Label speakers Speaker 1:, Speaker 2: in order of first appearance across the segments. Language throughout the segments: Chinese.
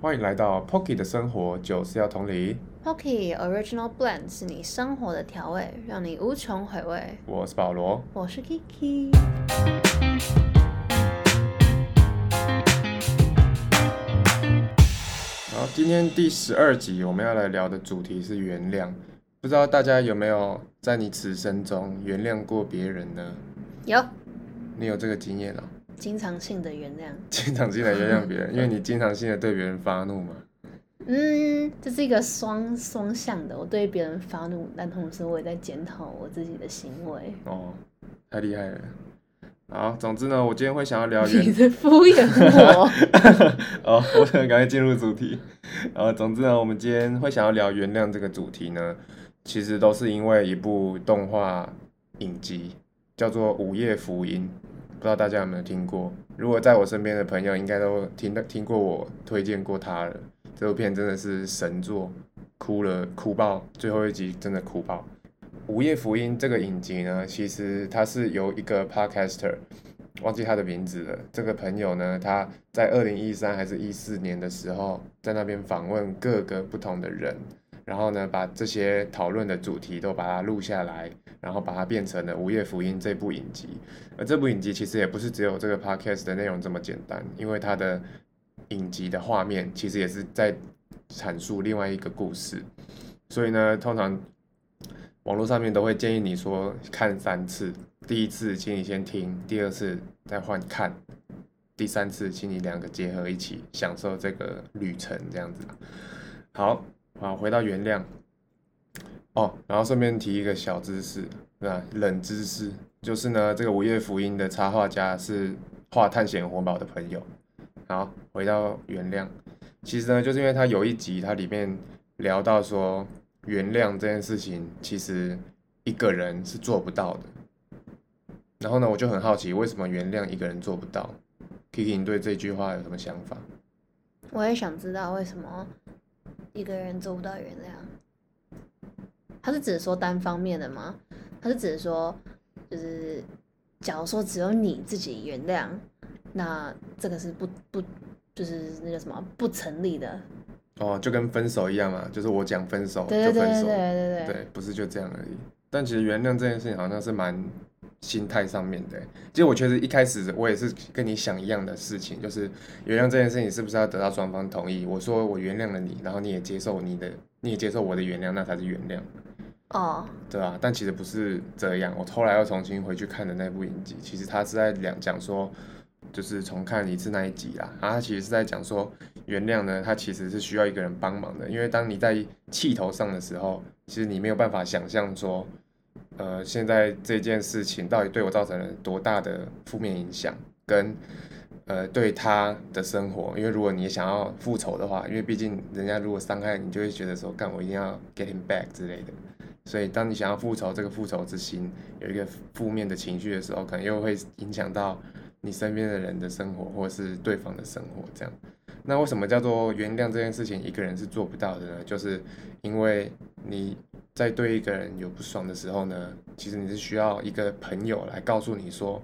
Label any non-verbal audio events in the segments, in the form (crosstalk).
Speaker 1: 欢迎来到 Pocky 的生活九四幺同理，
Speaker 2: Pocky Original Blend 是你生活的调味，让你无穷回味。
Speaker 1: 我是保罗。
Speaker 2: 我是 Kiki。
Speaker 1: 然后今天第十二集我们要来聊的主题是原谅，不知道大家有没有在你此生中原谅过别人呢？
Speaker 2: 有
Speaker 1: 你有这个经验啊？
Speaker 2: 经常性的原谅，
Speaker 1: (laughs) 经常性的原谅别人，因为你经常性的对别人发怒嘛。
Speaker 2: 嗯，这是一个双双向的。我对别人发怒，但同时我也在检讨我自己的行为。
Speaker 1: 哦，太厉害了。好，总之呢，我今天会想要聊原 (laughs)
Speaker 2: (laughs) 你在敷衍我。
Speaker 1: 哦， (laughs) 我想赶快进入主题。呃，总之呢，我们今天会想要聊原谅这个主题呢，其实都是因为一部动画影集叫做《午夜福音》，不知道大家有没有听过？如果在我身边的朋友，应该都听到听过我推荐过它了。这部片真的是神作，哭了哭爆，最后一集真的哭爆。《午夜福音》这个影集呢，其实它是由一个 podcaster，忘记他的名字了。这个朋友呢，他在二零一三还是一四年的时候，在那边访问各个不同的人，然后呢，把这些讨论的主题都把它录下来，然后把它变成了《午夜福音》这部影集。而这部影集其实也不是只有这个 podcast 的内容这么简单，因为它的影集的画面其实也是在阐述另外一个故事，所以呢，通常网络上面都会建议你说看三次，第一次请你先听，第二次再换看，第三次请你两个结合一起享受这个旅程，这样子啦。好，好，回到原谅。哦，然后顺便提一个小知识，那冷知识就是呢，这个《午夜福音》的插画家是画探险活宝的朋友。好，回到原谅，其实呢，就是因为他有一集，它里面聊到说，原谅这件事情，其实一个人是做不到的。然后呢，我就很好奇，为什么原谅一个人做不到？Kiki，你对这句话有什么想法？
Speaker 2: 我也想知道为什么一个人做不到原谅。他是只说单方面的吗？他是只说，就是假如说只有你自己原谅，那这个是不不就是那个什么不成立的？
Speaker 1: 哦，就跟分手一样嘛，就是我讲分手
Speaker 2: 对
Speaker 1: 哦就
Speaker 2: 对
Speaker 1: 分
Speaker 2: 对对
Speaker 1: 手，
Speaker 2: 对对对。
Speaker 1: 对，不是就这样而已。但其实原谅这件事情好像是蛮心态上面的欸。其实我确实一开始我也是跟你想一样的事情，就是原谅这件事情是不是要得到双方同意？我说我原谅了你，然后你也接受你的，你也接受我的原谅，那才是原谅，
Speaker 2: 哦，
Speaker 1: 对啊，但其实不是这样。我后来又重新回去看的那部影集，其实他是在讲讲说。就是重看一次那一集啦，啊然后他其实是在讲说，原谅呢，它其实是需要一个人帮忙的，因为当你在气头上的时候，其实你没有办法想象说，呃，现在这件事情到底对我造成了多大的负面影响，跟呃对他的生活，因为如果你想要复仇的话，因为毕竟人家如果伤害你，就会觉得说，干我一定要 get him back 之类的。所以，当你想要复仇，这个复仇之心有一个负面的情绪的时候，可能又会影响到你身边的人的生活，或者是对方的生活这样。那为什么叫做原谅这件事情一个人是做不到的呢？就是因为你在对一个人有不爽的时候呢，其实你是需要一个朋友来告诉你说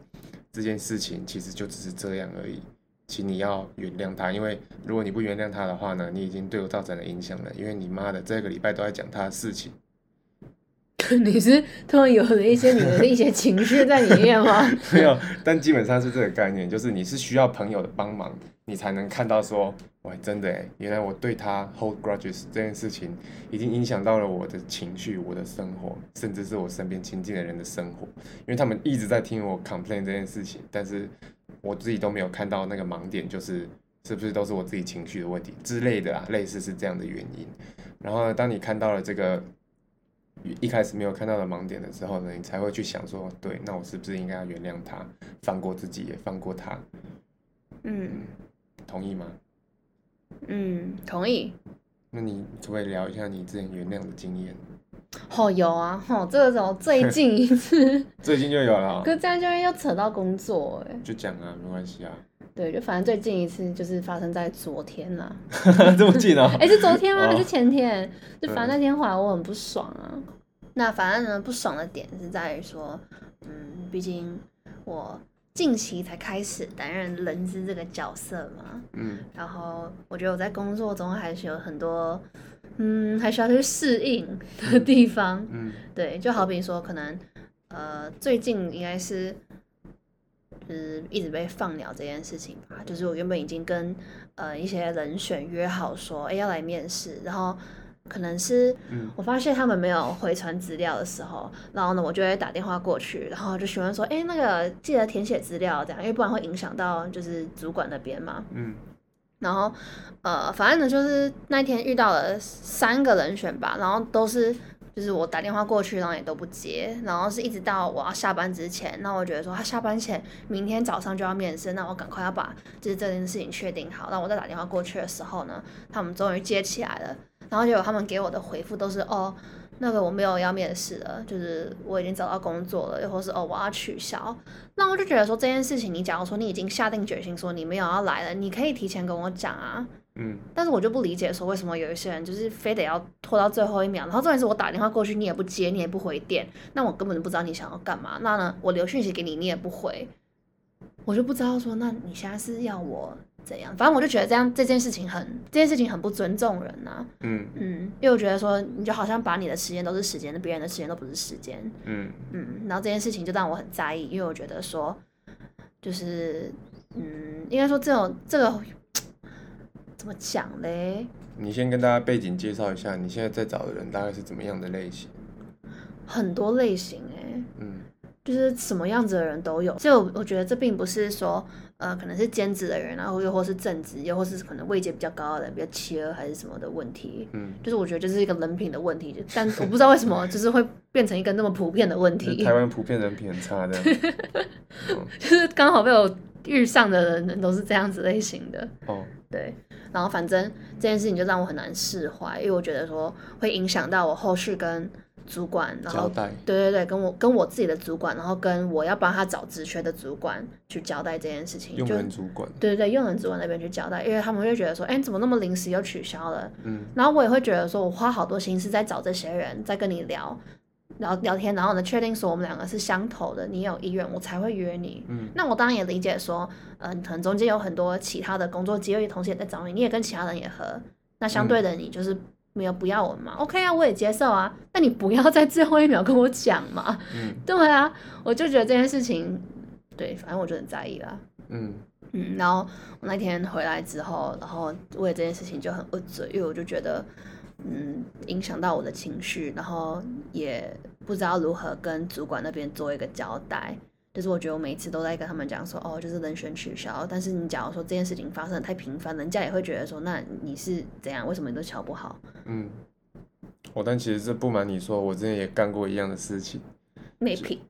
Speaker 1: 这件事情其实就只是这样而已，请你要原谅他，因为如果你不原谅他的话呢，你已经对我造成了影响了，因为你妈的这个礼拜都在讲他的事情。
Speaker 2: 你是突然有了一些你的一些情绪在里面
Speaker 1: (laughs)
Speaker 2: 吗？
Speaker 1: 没有，但基本上是这个概念，就是你是需要朋友的帮忙，你才能看到说，哇，真的诶，原来我对他 hold grudges 这件事情，已经影响到了我的情绪、我的生活，甚至是我身边亲近的人的生活，因为他们一直在听我 complain 这件事情，但是我自己都没有看到那个盲点，就是是不是都是我自己情绪的问题之类的啊，类似是这样的原因。然后呢，当你看到了这个一开始没有看到的盲点的时候呢，你才会去想说，对，那我是不是应该要原谅他，放过自己，也放过他？
Speaker 2: 嗯
Speaker 1: 同意吗？
Speaker 2: 嗯，同意。
Speaker 1: 那你可不可以聊一下你之前原谅的经验？
Speaker 2: 哦，有啊，哦，这个是我最近一次， (laughs)
Speaker 1: 最近就有了哦、
Speaker 2: 可是这样就又扯到工作哎、
Speaker 1: 就讲啊，没关系啊，
Speaker 2: (laughs) 对，就反正最近一次就是发生在昨天啦，
Speaker 1: 这么近啊、
Speaker 2: 哎、是昨天吗？
Speaker 1: 哦
Speaker 2: 还是前天？就反正那天回来我很不爽啊。那反正呢，不爽的点是在于说，嗯，毕竟我近期才开始担任人资这个角色嘛，
Speaker 1: 嗯，
Speaker 2: 然后我觉得我在工作中还是有很多，嗯，还需要去适应的地方。
Speaker 1: 嗯
Speaker 2: 对，就好比说，可能呃，最近应该是就是一直被放鸟这件事情吧。就是我原本已经跟呃一些人选约好说，哎、要来面试，然后可能是
Speaker 1: 嗯
Speaker 2: 我发现他们没有回传资料的时候，然后呢，我就会打电话过去，然后就询问说，哎、那个记得填写资料这样，因为不然会影响到就是主管那边嘛。
Speaker 1: 嗯
Speaker 2: 然后，呃，反正呢，就是那一天遇到了三个人选吧，然后都是就是我打电话过去，然后也都不接，然后是一直到我要下班之前，那我觉得说他啊下班前明天早上就要面试，那我赶快要把就是这件事情确定好。那我再打电话过去的时候呢，他们终于接起来了，然后结果他们给我的回复都是哦，那个我没有要面试了，就是我已经找到工作了，又或是哦我要取消，那我就觉得说这件事情，你假如说你已经下定决心说你没有要来了，你可以提前跟我讲啊。
Speaker 1: 嗯
Speaker 2: 但是我就不理解说为什么有一些人就是非得要拖到最后一秒，然后重点是我打电话过去你也不接，你也不回电，那我根本就不知道你想要干嘛。那呢，我留讯息给你你也不回，我就不知道说那你现在是要我怎样？反正我就觉得这样这件事情很这件事情很不尊重人呐、
Speaker 1: 嗯
Speaker 2: 嗯，因为我觉得说你就好像把你的时间都是时间，别人的时间都不是时间。
Speaker 1: 嗯
Speaker 2: 嗯，然后这件事情就让我很在意，因为我觉得说，就是嗯，应该说这种这个怎么讲嘞，
Speaker 1: 你先跟大家背景介绍一下，你现在在找的人大概是怎么样的类型？
Speaker 2: 很多类型哎、
Speaker 1: 嗯
Speaker 2: 就是什么样子的人都有，所以我我觉得这并不是说，呃，可能是兼职的人啊，然后又或是正职，又或是可能位阶比较高的人，比较企鹅还是什么的问题，
Speaker 1: 嗯，
Speaker 2: 就是我觉得这是一个人品的问题，就但我不知道为什么就是会变成一个那么普遍的问
Speaker 1: 就 (laughs)
Speaker 2: 题
Speaker 1: 台，湾普遍人品很差
Speaker 2: (laughs)
Speaker 1: 的。嗯
Speaker 2: 就是刚好被我遇上的人都是这样子类型的。
Speaker 1: 哦，
Speaker 2: 对，然后反正这件事情就让我很难释怀，因为我觉得说会影响到我后续跟主管，然
Speaker 1: 交
Speaker 2: 后
Speaker 1: 代。
Speaker 2: 对对对，跟我跟我自己的主管，然后跟我要帮他找职缺的主管去交代这件事情，
Speaker 1: 用
Speaker 2: 就
Speaker 1: 人主管，
Speaker 2: 对对对，用人主管那边去交代，因为他们会觉得说，哎，怎么那么临时又取消了？
Speaker 1: 嗯
Speaker 2: 然后我也会觉得说，我花好多心思在找这些人，在跟你聊聊聊天，然后呢，确定说我们两个是相投的，你有意愿，我才会约你。
Speaker 1: 嗯
Speaker 2: 那我当然也理解说，嗯、可能中间有很多其他的工作机会，同时也在找你，你也跟其他人也合，那相
Speaker 1: 嗯
Speaker 2: 对的你就是没有不要我嘛、o k 啊，我也接受啊，但你不要在最后一秒跟我讲嘛， (laughs)
Speaker 1: 嗯
Speaker 2: 对啊，我就觉得这件事情，对，反正我就很在意啦。
Speaker 1: 嗯
Speaker 2: 嗯，然后我那天回来之后，然后为了这件事情就很恶嘴，因为我就觉得，嗯，影响到我的情绪，然后也不知道如何跟主管那边做一个交代。就是我觉得我每一次都在跟他们讲说，哦，就是人选取消。但是你假如说这件事情发生的太频繁，人家也会觉得说，那你是怎样？为什么你都瞧不好？
Speaker 1: 嗯。我、哦但其实这不瞒你说，我之前也干过一样的事情。
Speaker 2: 没品。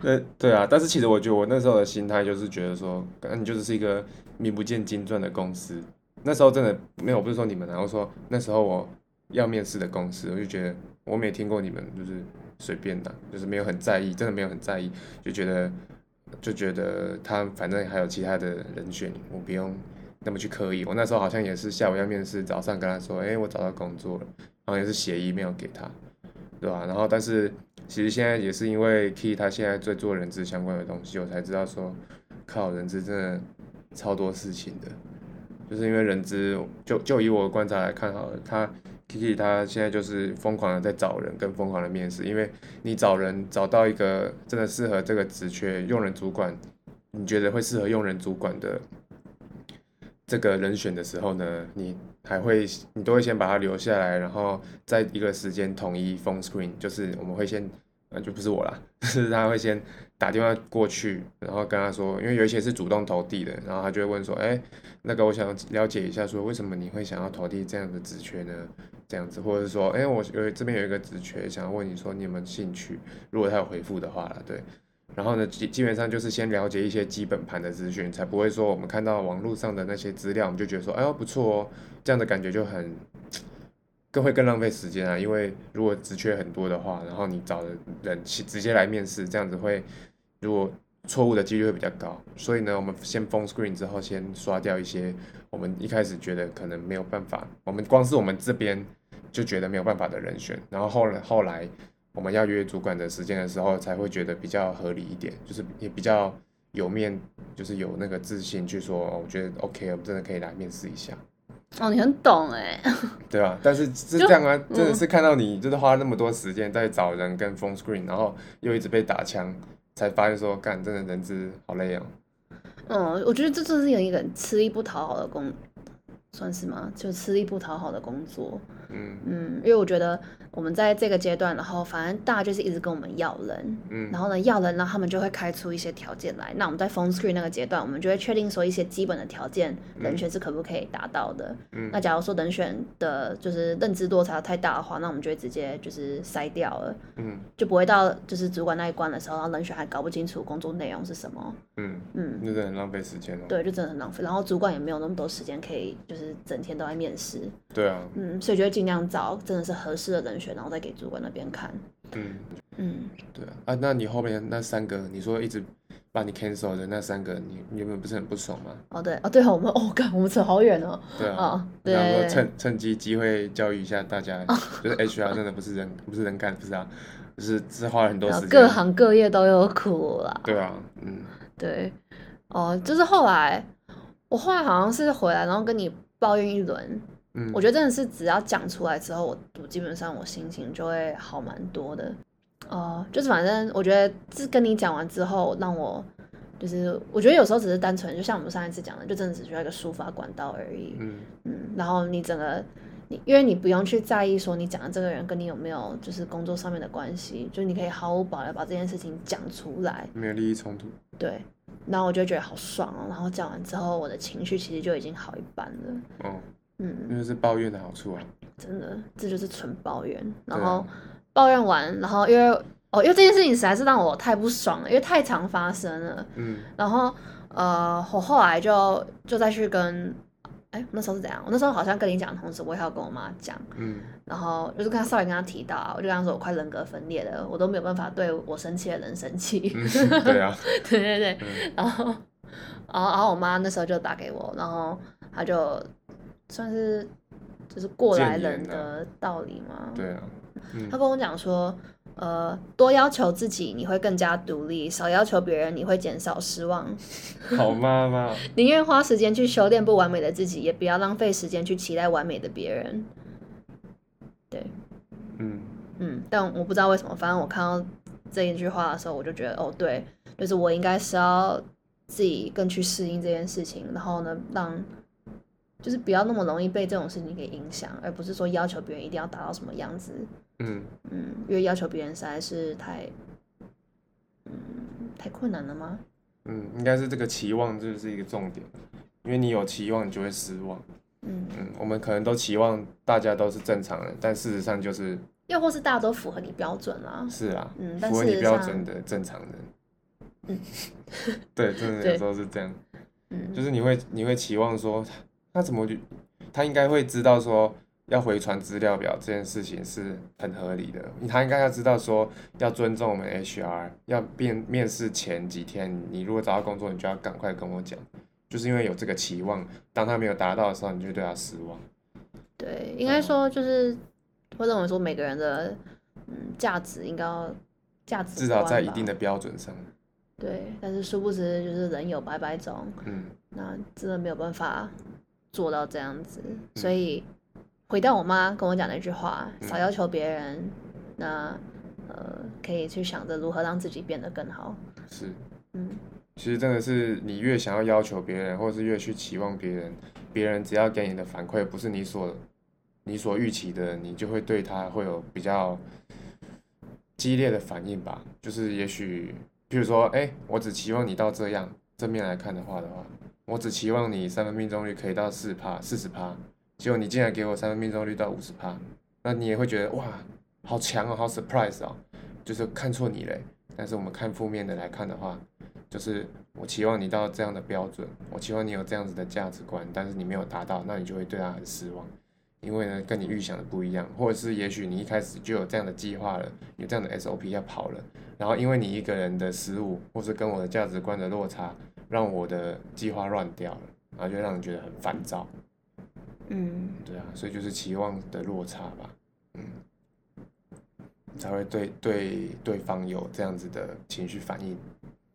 Speaker 1: 对对啊，但是其实我觉得我那时候的心态就是觉得说，嗯，你就是一个名不见经传的公司。那时候真的没有，不是说你们啊，然后说那时候我要面试的公司，我就觉得我没听过你们，就是随便的，就是没有很在意，真的没有很在意，就觉得就觉得他反正还有其他的人选，我不用那么去刻意。我那时候好像也是下午要面试，早上跟他说，哎、我找到工作了，然后也是写 email 给他，对吧、然后但是其实现在也是因为 Key 他现在在做人资相关的东西，我才知道说，靠人资真的超多事情的，就是因为人资就就以我的观察来看好了，他 Kiki 他现在就是疯狂的在找人跟疯狂的面试，因为你找人找到一个真的适合这个职缺用人主管，你觉得会适合用人主管的这个人选的时候呢，你还会你都会先把它留下来，然后在一个时间统一 phone screen，就是我们会先，呃，就不是我啦，就是他会先打电话过去，然后跟他说，因为有一些是主动投递的，然后他就会问说，哎，那个我想了解一下，说为什么你会想要投递这样的职缺呢？这样子，或者是说，哎，我有这边有一个职缺，想要问你说你有没有兴趣？如果他有回复的话啦，对。然后呢，基基本上就是先了解一些基本盘的资讯，才不会说我们看到网络上的那些资料，我们就觉得说，哎呦不错哦，这样的感觉就很更会更浪费时间啊。因为如果职缺很多的话，然后你找的人去直接来面试，这样子会如果错误的几率会比较高。所以呢，我们先 phone screen 之后，先刷掉一些我们一开始觉得可能没有办法，我们光是我们这边就觉得没有办法的人选，然后后来后来我们要约主管的时间的时候，才会觉得比较合理一点，就是也比较有面，就是有那个自信去说，哦我觉得 OK，我真的可以来面试一下，
Speaker 2: 哦，你很懂哎，
Speaker 1: 对啊。但是是
Speaker 2: 就嗯
Speaker 1: 这样啊，真的是看到你就是花了那么多时间在找人跟 phone screen，然后又一直被打枪，才发现说，干，真的人资好累哦。
Speaker 2: 嗯，我觉得这就是有一个吃力不讨好的工，算是吗？就吃力不讨好的工作。
Speaker 1: 嗯
Speaker 2: 嗯，因为我觉得我们在这个阶段，然后反正大家就是一直跟我们要人，
Speaker 1: 嗯
Speaker 2: 然后呢要人，然后他们就会开出一些条件来。那我们在 phone screen 那个阶段，我们就会确定说一些基本的条件，人
Speaker 1: 嗯
Speaker 2: 选是可不可以达到的。
Speaker 1: 嗯
Speaker 2: 那假如说人选的就是认知落差太大的话，那我们就会直接就是筛掉了，
Speaker 1: 嗯
Speaker 2: 就不会到就是主管那一关的时候，然后人选还搞不清楚工作内容是什么。
Speaker 1: 嗯，
Speaker 2: 嗯，
Speaker 1: 那真的很浪费时间哦。
Speaker 2: 对，就真的很浪费。然后主管也没有那么多时间可以就是整天都在面试。
Speaker 1: 对啊，
Speaker 2: 嗯，所以就会尽量找真的是合适的人选，然后再给主管那边看。
Speaker 1: 嗯，
Speaker 2: 嗯，
Speaker 1: 对啊。啊，那你后面那三个，你说一直把你 cancel 的那三个，你你原本不是很不爽吗？
Speaker 2: 哦对，哦对哦，我们哦，干，我们扯好远哦。
Speaker 1: 对啊，
Speaker 2: 哦
Speaker 1: 我想说
Speaker 2: 对哦
Speaker 1: 趁趁机机会教育一下大家，就是 HR 真的不是人不是人干，不是啊，就是是花了很多
Speaker 2: 然
Speaker 1: 时
Speaker 2: 后
Speaker 1: 间。
Speaker 2: 各行各业都有苦啦。
Speaker 1: 对啊，嗯
Speaker 2: 对，哦，就是后来我后来好像是回来，然后跟你抱怨一轮。
Speaker 1: 嗯，
Speaker 2: 我觉得真的是只要讲出来之后，我我基本上我心情就会好蛮多的。哦、就是反正我觉得是跟你讲完之后，让我就是我觉得有时候只是单纯，就像我们上一次讲的，就真的只需要一个抒发管道而已。
Speaker 1: 嗯
Speaker 2: 嗯，然后你整个你，因为你不用去在意说你讲的这个人跟你有没有就是工作上面的关系，就你可以毫无保留把这件事情讲出来，
Speaker 1: 没有利益冲突。
Speaker 2: 对。然后我就觉得好爽哦，然后讲完之后，我的情绪其实就已经好一半了，
Speaker 1: 哦，
Speaker 2: 嗯，
Speaker 1: 因为是抱怨的好处啊。
Speaker 2: 真的，这就是纯抱怨。然
Speaker 1: 对
Speaker 2: 后
Speaker 1: 啊
Speaker 2: 抱怨完，然后因为哦，因为这件事情实在是让我太不爽了，因为太常发生了，
Speaker 1: 嗯
Speaker 2: 然后呃，我后来就就再去跟，哎，那时候是怎样？我那时候好像跟你讲的同时，我也有跟我妈讲，
Speaker 1: 嗯
Speaker 2: 然后就是跟她稍微跟她提到啊，我就跟她说我快人格分裂了，我都没有办法对我生气的人生气。 (laughs)
Speaker 1: 嗯，对啊，
Speaker 2: 对对对，
Speaker 1: 嗯
Speaker 2: 然后然后然后我妈那时候就打给我，然后她就算是就是过来
Speaker 1: 谏言
Speaker 2: 人
Speaker 1: 啊
Speaker 2: 的道理嘛，
Speaker 1: 对啊，嗯
Speaker 2: 他跟我讲说，呃，多要求自己，你会更加独立；少要求别人，你会减少失望。
Speaker 1: 好妈啊妈。
Speaker 2: 宁愿花时间去修炼不完美的自己，也不要浪费时间去期待完美的别人。对，
Speaker 1: 嗯
Speaker 2: 嗯，但我不知道为什么，反正我看到这一句话的时候，我就觉得，哦，对，就是我应该是要自己更去适应这件事情，然后呢，让就是不要那么容易被这种事情给影响，而不是说要求别人一定要达到什么样子。
Speaker 1: 嗯，
Speaker 2: 嗯，因为要求别人实在是太，嗯，太困难了吗？
Speaker 1: 嗯，应该是这个期望就是一个重点，因为你有期望，你就会失望。
Speaker 2: 嗯，
Speaker 1: 嗯，我们可能都期望大家都是正常人，但事实上就是
Speaker 2: 又或是大家都符合你标准啦。
Speaker 1: 是啊，
Speaker 2: 嗯，但
Speaker 1: 符合
Speaker 2: 事
Speaker 1: 你
Speaker 2: 实
Speaker 1: 标
Speaker 2: 上，嗯
Speaker 1: 准的正常人。 (laughs) 对，真的有
Speaker 2: 对
Speaker 1: 时候是这样，就
Speaker 2: 嗯，
Speaker 1: 是你会你会期望说他他怎么就他应该会知道说要回传资料表这件事情是很合理的，他应该要知道说要尊重我们 HR，要面面试前几天，你如果找到工作，你就要赶快跟我讲，就是因为有这个期望，当他没有达到的时候，你就对他失望。
Speaker 2: 对，应
Speaker 1: 啊
Speaker 2: 该说就是会认为说每个人的嗯价值应该要价值
Speaker 1: 至少在一定
Speaker 2: 的
Speaker 1: 的标准上，
Speaker 2: 对，但是殊不知就是人有百百种，
Speaker 1: 嗯
Speaker 2: 那真的没有办法做到这样子，
Speaker 1: 嗯
Speaker 2: 所以回到我妈跟我讲那句话，少
Speaker 1: 嗯
Speaker 2: 要求别人，那呃可以去想着如何让自己变得更好。
Speaker 1: 是。
Speaker 2: 嗯，
Speaker 1: 其实真的是你越想要要求别人，或是越去期望别人，别人只要给你的反馈不是你所你所预期的，你就会对他会有比较激烈的反应吧。就是也许，譬如说，哎、我只期望你到这样，正面来看的话的话，我只期望你三分命中率可以到四趴、四十趴，结果你竟然给我三分命中率到五十趴，那你也会觉得哇，好强哦，好 surprise 哦，就是看错你嘞。但是我们看负面的来看的话，就是我期望你到这样的标准，我期望你有这样子的价值观，但是你没有达到，那你就会对他很失望，因为呢跟你预想的不一样，或者是也许你一开始就有这样的计划了，有这样的 SOP 要跑了，然后因为你一个人的失误，或是跟我的价值观的落差，让我的计划乱掉了，然后就让你觉得很烦躁，
Speaker 2: 嗯，
Speaker 1: 对啊，所以就是期望的落差吧，嗯，才会对对对方有这样子的情绪反应，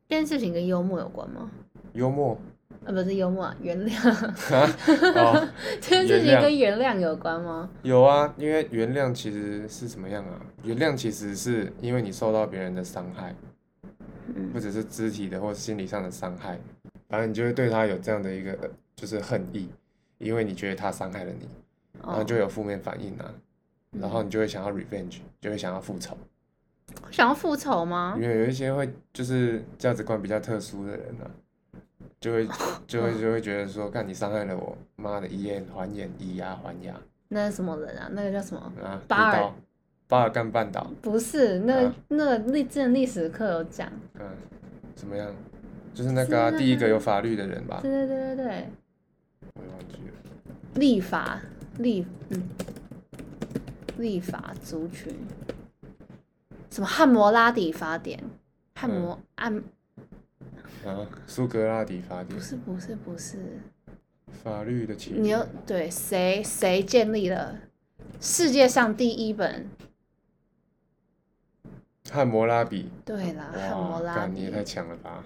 Speaker 2: 这件事情跟幽默有关吗？
Speaker 1: 幽默， (laughs)
Speaker 2: 啊，不是幽默啊， (laughs) 原谅。
Speaker 1: 哦
Speaker 2: 这
Speaker 1: 原
Speaker 2: 件事情
Speaker 1: 谅
Speaker 2: 跟原谅有关吗？
Speaker 1: 有啊，因为原谅其实是什么样啊？原谅其实是因为你受到别人的伤害，
Speaker 2: 嗯
Speaker 1: 不只是肢体的或是心理上的伤害，反正你就会对他有这样的一个呃就是恨意，因为你觉得他伤害了你，然后
Speaker 2: 哦，
Speaker 1: 就有负面反应啊，然后
Speaker 2: 嗯
Speaker 1: 你就会想要 revenge，就会想要复仇，
Speaker 2: 想要复仇吗
Speaker 1: 因？为有一些会就是价值观比较特殊的人啊，就会就
Speaker 2: (laughs)
Speaker 1: 会就会觉得说，看你伤害了我，妈的以眼还眼，以牙还牙
Speaker 2: 那是什么人啊？那个叫什么？
Speaker 1: 啊，
Speaker 2: 巴尔
Speaker 1: 黑道巴尔干半岛，
Speaker 2: 不是，那
Speaker 1: 啊
Speaker 2: 那个历之前历史课有讲，
Speaker 1: 嗯，怎么样？就是那个啊、
Speaker 2: 是那
Speaker 1: 第一个
Speaker 2: 个
Speaker 1: 有法律的人吧，
Speaker 2: 对对对对对，
Speaker 1: 我也忘记了，
Speaker 2: 立法立嗯，立法族群，什么汉谟拉底法典，汉谟
Speaker 1: 嗯
Speaker 2: 按
Speaker 1: 啊，苏格拉底法典
Speaker 2: 不，是不是不是，
Speaker 1: 法律的起
Speaker 2: 你
Speaker 1: 源
Speaker 2: 又，对谁谁建立了世界上第一本？
Speaker 1: 汉谟拉比，
Speaker 2: 对啦，啊汉谟
Speaker 1: 哇，
Speaker 2: 拉
Speaker 1: 干你
Speaker 2: 比
Speaker 1: 也太强了吧！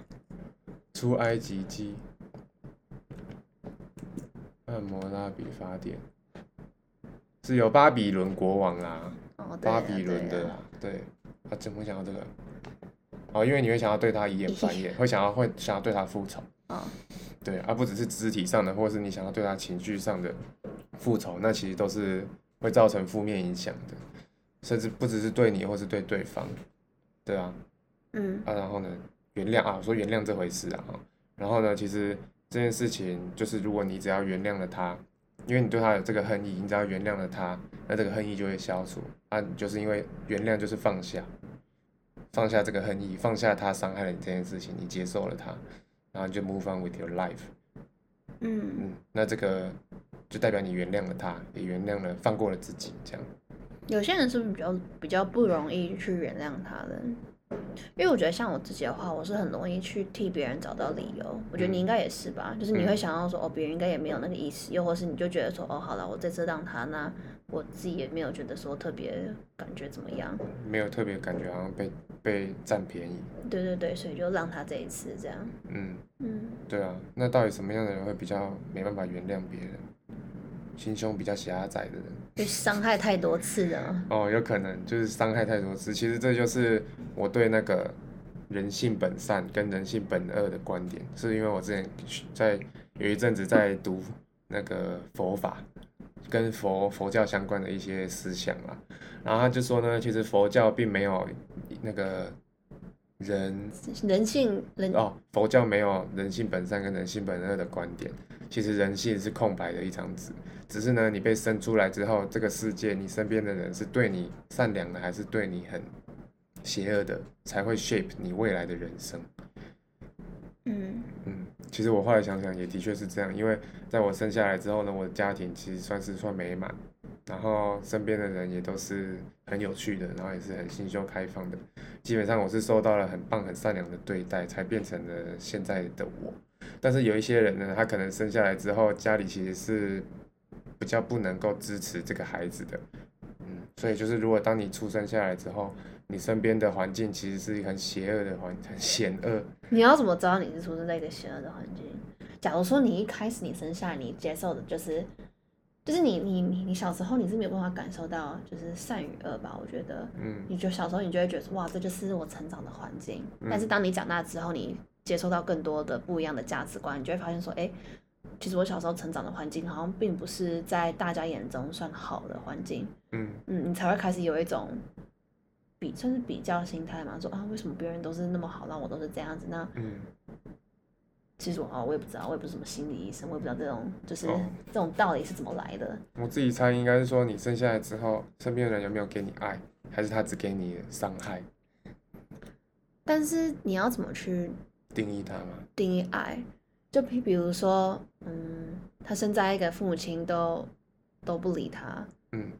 Speaker 1: 出埃及记，汉谟拉比法典是由巴比伦国王啦，
Speaker 2: 哦，对
Speaker 1: 巴
Speaker 2: 啊
Speaker 1: 比伦
Speaker 2: 对
Speaker 1: 的
Speaker 2: 啊
Speaker 1: 啦，对，他怎么会想到这个？哦，因为你会想要对他以
Speaker 2: (laughs)
Speaker 1: 眼还眼，会想要会想要对他复仇，
Speaker 2: 哦，
Speaker 1: 对，啊而、不只是肢体上的，或是你想要对他情绪上的复仇，那其实都是会造成负面影响的，甚至不只是对你，或是对对方，对啊，
Speaker 2: 嗯
Speaker 1: 啊，然后呢，原谅啊，我说原谅这回事啊，哈然后呢，其实这件事情就是，如果你只要原谅了他，因为你对他有这个恨意，你只要原谅了他，那这个恨意就会消除啊，你就是因为原谅就是放下，放下这个恨意，放下他伤害了你这件事情，你接受了他，然后你就 move on with your life，
Speaker 2: 嗯，
Speaker 1: 嗯，那这个就代表你原谅了他，也原谅了放过了自己，这样，
Speaker 2: 有些人是比较比较不容易去原谅他的，因为我觉得像我自己的话，我是很容易去替别人找到理由。我觉得你
Speaker 1: 嗯
Speaker 2: 应该也是吧，就是你会
Speaker 1: 嗯
Speaker 2: 想要说哦，别人应该也没有那个意思，又或是你就觉得说哦，好了，我这次让他，那我自己也没有觉得说特别感觉怎么样。
Speaker 1: 没有特别感觉好像被被占便宜，
Speaker 2: 对对对，所以就让他这一次这样。
Speaker 1: 嗯。
Speaker 2: 嗯，
Speaker 1: 对啊，那到底什么样的人会比较没办法原谅别人？心胸比较狭窄的人
Speaker 2: 就伤害太多次了。
Speaker 1: 哦，有可能就是伤害太多次。其实这就是我对那个人性本善跟人性本恶的观点，是因为我之前在有一阵子在读那个佛法，跟佛佛教相关的一些思想啊，然后他就说呢，其实佛教并没有那个人
Speaker 2: 人性人
Speaker 1: 哦，佛教没有人性本善跟人性本恶的观点，其实人性是空白的一张纸，只是呢，你被生出来之后，这个世界你身边的人是对你善良的，还是对你很邪恶的，才会 shape 你未来的人生。
Speaker 2: 嗯
Speaker 1: 嗯，其实我后来想想，也的确是这样，因为在我生下来之后呢，我的家庭其实算是算美满，然后身边的人也都是很有趣的，然后也是很心胸开放的，基本上我是受到了很棒、很善良的对待，才变成了现在的我。但是有一些人呢，他可能生下来之后，家里其实是比较不能够支持这个孩子的，嗯，所以就是如果当你出生下来之后，你身边的环境其实是很邪恶的环，很 (laughs) 险恶。
Speaker 2: 你要怎么知道你是出生在一个邪恶的环境？假如说你一开始你生下来，你接受的就是，就是你你你你小时候你是没有办法感受到就是善与恶吧？我觉得，
Speaker 1: 嗯
Speaker 2: 你就小时候你就会觉得说哇，这就是我成长的环境。
Speaker 1: 嗯
Speaker 2: 但是当你长大之后，你接受到更多的不一样的价值观，你就会发现说，哎、其实我小时候成长的环境好像并不是在大家眼中算好的环境。
Speaker 1: 嗯。
Speaker 2: 嗯，你才会开始有一种比算是比较心态嘛，说啊，为什么别人都是那么好，那我都是这样子？那
Speaker 1: 嗯
Speaker 2: 其实我啊，我也不知道，我也不是什么心理医生，我也不知道这种就是、
Speaker 1: 哦
Speaker 2: 这种道理是怎么来的。
Speaker 1: 我自己猜应该是说，你生下来之后，身边的人有没有给你爱，还是他只给你伤害？
Speaker 2: 但是你要怎么去
Speaker 1: 定义他吗？
Speaker 2: 定义爱？就比比如说，嗯，他生在一个父母亲都都不理他，
Speaker 1: 嗯，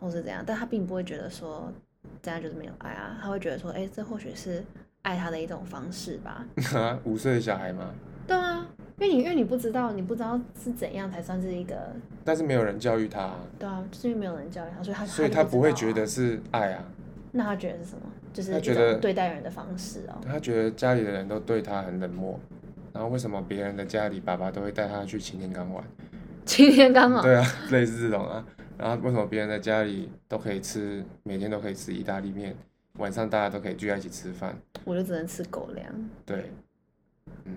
Speaker 2: 或是怎样，但他并不会觉得说这样就是没有爱啊，他会觉得说，哎、这或许是爱他的一种方式吧。
Speaker 1: (laughs) 五岁的小孩吗？
Speaker 2: 对啊，因为你因为你不知道，你不知道是怎样才算是一个
Speaker 1: 但是没有人教育他啊、
Speaker 2: 对啊，就是因为没有人教育他，所以他
Speaker 1: 所以
Speaker 2: 他
Speaker 1: 他
Speaker 2: 就
Speaker 1: 不
Speaker 2: 不知
Speaker 1: 会
Speaker 2: 道啊
Speaker 1: 觉得是爱啊。
Speaker 2: 那他觉得是什么？就是
Speaker 1: 他
Speaker 2: 一
Speaker 1: 觉
Speaker 2: 种
Speaker 1: 得
Speaker 2: 对待人的方式哦。
Speaker 1: 他觉得家里的人都对他很冷漠，然后为什么别人的家里爸爸都会带他去擎天岗玩？
Speaker 2: 今天刚好，
Speaker 1: 对啊， (laughs) 类似这种啊。然后为什么别人的家里都可以吃，每天都可以吃意大利面，晚上大家都可以聚在一起吃饭？
Speaker 2: 我就只能吃狗粮。
Speaker 1: 对，嗯，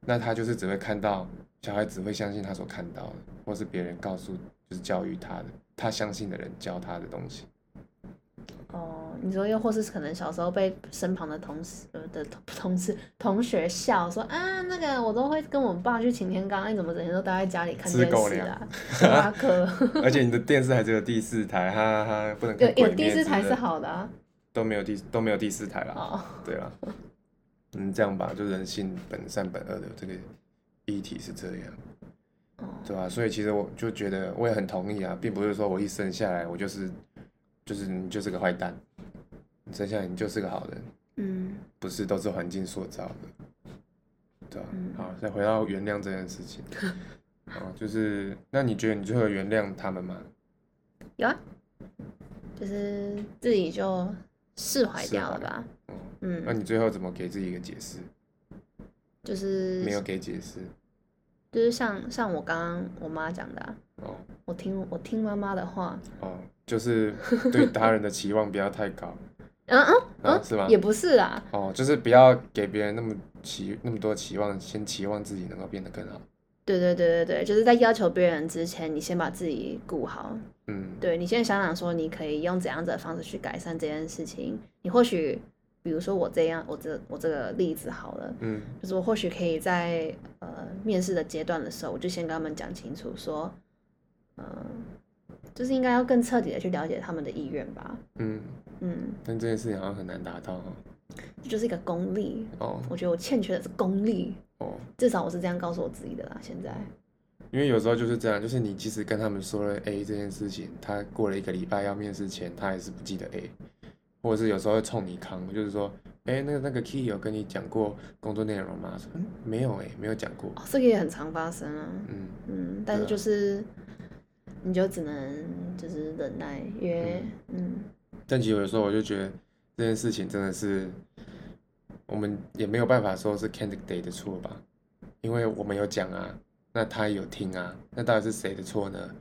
Speaker 1: 那他就是只会看到小孩只会相信他所看到的，或是别人告诉就是教育他的，他相信的人教他的东西。 (laughs)
Speaker 2: 哦，你说又或是可能小时候被身旁的同事呃的同同事同学笑说啊，那个我都会跟我爸去擎天岗，哎，你怎么整天都待在家里看
Speaker 1: 吃
Speaker 2: 电
Speaker 1: 狗
Speaker 2: 视
Speaker 1: 粮
Speaker 2: 啊？星
Speaker 1: (laughs)
Speaker 2: 巴克，
Speaker 1: 而且你的电视还只有第四台，哈哈哈，不能
Speaker 2: 有
Speaker 1: 看鬼
Speaker 2: 有
Speaker 1: 灭
Speaker 2: 第四
Speaker 1: 之
Speaker 2: 台
Speaker 1: 类
Speaker 2: 是
Speaker 1: 的
Speaker 2: 好的啊。
Speaker 1: 都没有第都没有第四台啦。
Speaker 2: 哦，
Speaker 1: 对啦，嗯，这样吧，就人性本善本恶的这个议题是这样，
Speaker 2: 哦
Speaker 1: 对吧、啊所以其实我就觉得我也很同意啊，并不是说我一生下来我就是就是你就是个坏蛋，你生下来你就是个好人，
Speaker 2: 嗯，
Speaker 1: 不是都是环境塑造的，对吧、
Speaker 2: 嗯
Speaker 1: 好，再回到原谅这件事
Speaker 2: (laughs)
Speaker 1: 情，哦，就是那你觉得你最后有原谅他们吗？
Speaker 2: 有啊，就是自己就释怀
Speaker 1: 释
Speaker 2: 掉了
Speaker 1: 怀
Speaker 2: 吧。
Speaker 1: 嗯，那
Speaker 2: 嗯，
Speaker 1: 你最后怎么给自己一个解释？
Speaker 2: 就是
Speaker 1: 没有给解释
Speaker 2: 就是像像我刚刚我妈讲的、啊，
Speaker 1: 哦。
Speaker 2: 我听我听妈妈的话，
Speaker 1: 哦，就是对他人的期望不要太
Speaker 2: (laughs)
Speaker 1: 高，
Speaker 2: 嗯嗯
Speaker 1: 啊，
Speaker 2: 嗯，
Speaker 1: 是吗
Speaker 2: 也？不是啦，
Speaker 1: 哦，就是不要给别人那么期那么多期望，先期望自己能够变得更好。
Speaker 2: 对对对对对，就是在要求别人之前，你先把自己顾好。
Speaker 1: 嗯，
Speaker 2: 对你先想想说，你可以用怎样子的方式去改善这件事情。你或许，比如说我这样，我这我这个例子好了，
Speaker 1: 嗯，
Speaker 2: 就是我或许可以在呃面试的阶段的时候，我就先跟他们讲清楚说，嗯、就是应该要更彻底的去了解他们的意愿吧。
Speaker 1: 嗯，
Speaker 2: 嗯，
Speaker 1: 但这件事情好像很难达到哦。
Speaker 2: 这就是一个功力。
Speaker 1: 哦
Speaker 2: 我觉得我欠缺的是功力，
Speaker 1: 哦，
Speaker 2: 至少我是这样告诉我自己的啦。现在，
Speaker 1: 因为有时候就是这样，就是你即使跟他们说了 A 这件事情，他过了一个礼拜要面试前，他还是不记得 A，或者是有时候会冲你康，就是说，哎，那个那个 Key 有跟你讲过工作内容吗？说嗯，没有哎，没有讲过。
Speaker 2: 哦，这个也很常发生啊。
Speaker 1: 嗯，
Speaker 2: 嗯，但是
Speaker 1: 对啊
Speaker 2: 就是，你就只能就是忍耐，因为嗯
Speaker 1: 但其实有时候我就觉得这件事情真的是，我们也没有办法说是 candidate 的错吧，因为我们有讲啊，那他也有听啊，那到底是谁的错呢？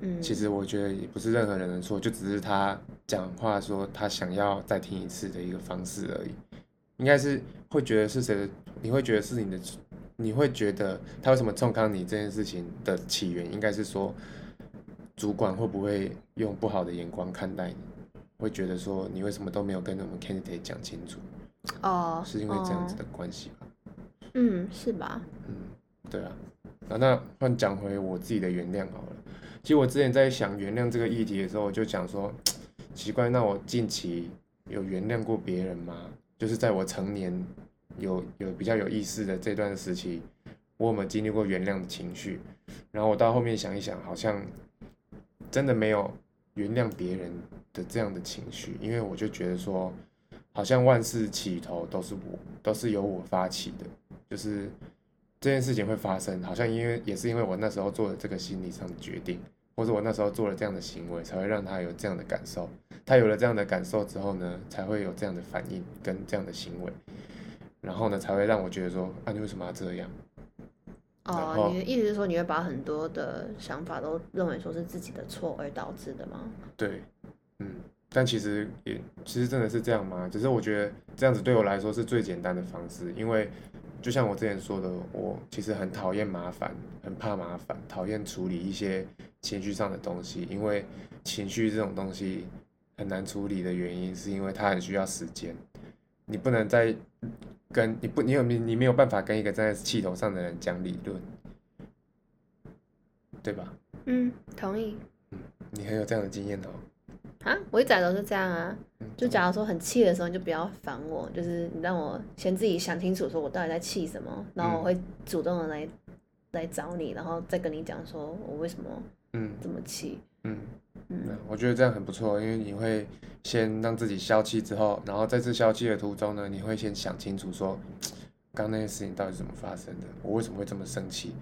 Speaker 2: 嗯，
Speaker 1: 其实我觉得也不是任何人的错，就只是他讲话说他想要再听一次的一个方式而已，应该是会觉得是谁的，你会觉得是你的，你会觉得他为什么冲康你这件事情的起源，应该是说主管会不会用不好的眼光看待你，会觉得说你为什么都没有跟我们 candidate 讲清楚，
Speaker 2: 哦
Speaker 1: 是因为这样子
Speaker 2: 哦
Speaker 1: 的关系吧？
Speaker 2: 嗯，是吧？
Speaker 1: 嗯，对啊，啊，那换讲回我自己的原谅好了。其实我之前在想原谅这个议题的时候，我就想说，奇怪，那我近期有原谅过别人吗？就是在我成年有有比较有意识的这段时期，我有没有经历过原谅的情绪？然后我到后面想一想，好像真的没有原谅别人的这样的情绪，因为我就觉得说，好像万事起头都是我，都是由我发起的，就是这件事情会发生，好像因为也是因为我那时候做了这个心理上的决定，或者我那时候做了这样的行为，才会让他有这样的感受。他有了这样的感受之后呢，才会有这样的反应跟这样的行为，然后呢，才会让我觉得说，啊，你为什么要这样？然
Speaker 2: 哦
Speaker 1: 后，
Speaker 2: 你的意思是说你会把很多的想法都认为说是自己的错而导致的吗？
Speaker 1: 对，嗯，但其实也其实真的是这样吗？只是我觉得这样子对我来说是最简单的方式，因为就像我之前说的，我其实很讨厌麻烦，很怕麻烦，讨厌处理一些情绪上的东西，因为情绪这种东西很难处理的原因，是因为它很需要时间，你不能再跟你不你有你你没有办法跟一个站在气头上的人讲理论，对吧？
Speaker 2: 嗯，同意
Speaker 1: 你很有这样的经验哦。
Speaker 2: 啊，我一直以来都是这样啊。
Speaker 1: 嗯
Speaker 2: 就假如说很气的时候，你就不要烦我，就是你让我先自己想清楚，说我到底在气什么，然后我
Speaker 1: 嗯
Speaker 2: 会主动的来来找你，然后再跟你讲说我为什么
Speaker 1: 嗯
Speaker 2: 这么气。
Speaker 1: 嗯。
Speaker 2: 嗯
Speaker 1: 嗯，我觉得这样很不错，因为你会先让自己消气之后，然后在这消气的途中呢，你会先想清楚说，刚刚那件事情到底是怎么发生的，我为什么会这么生气，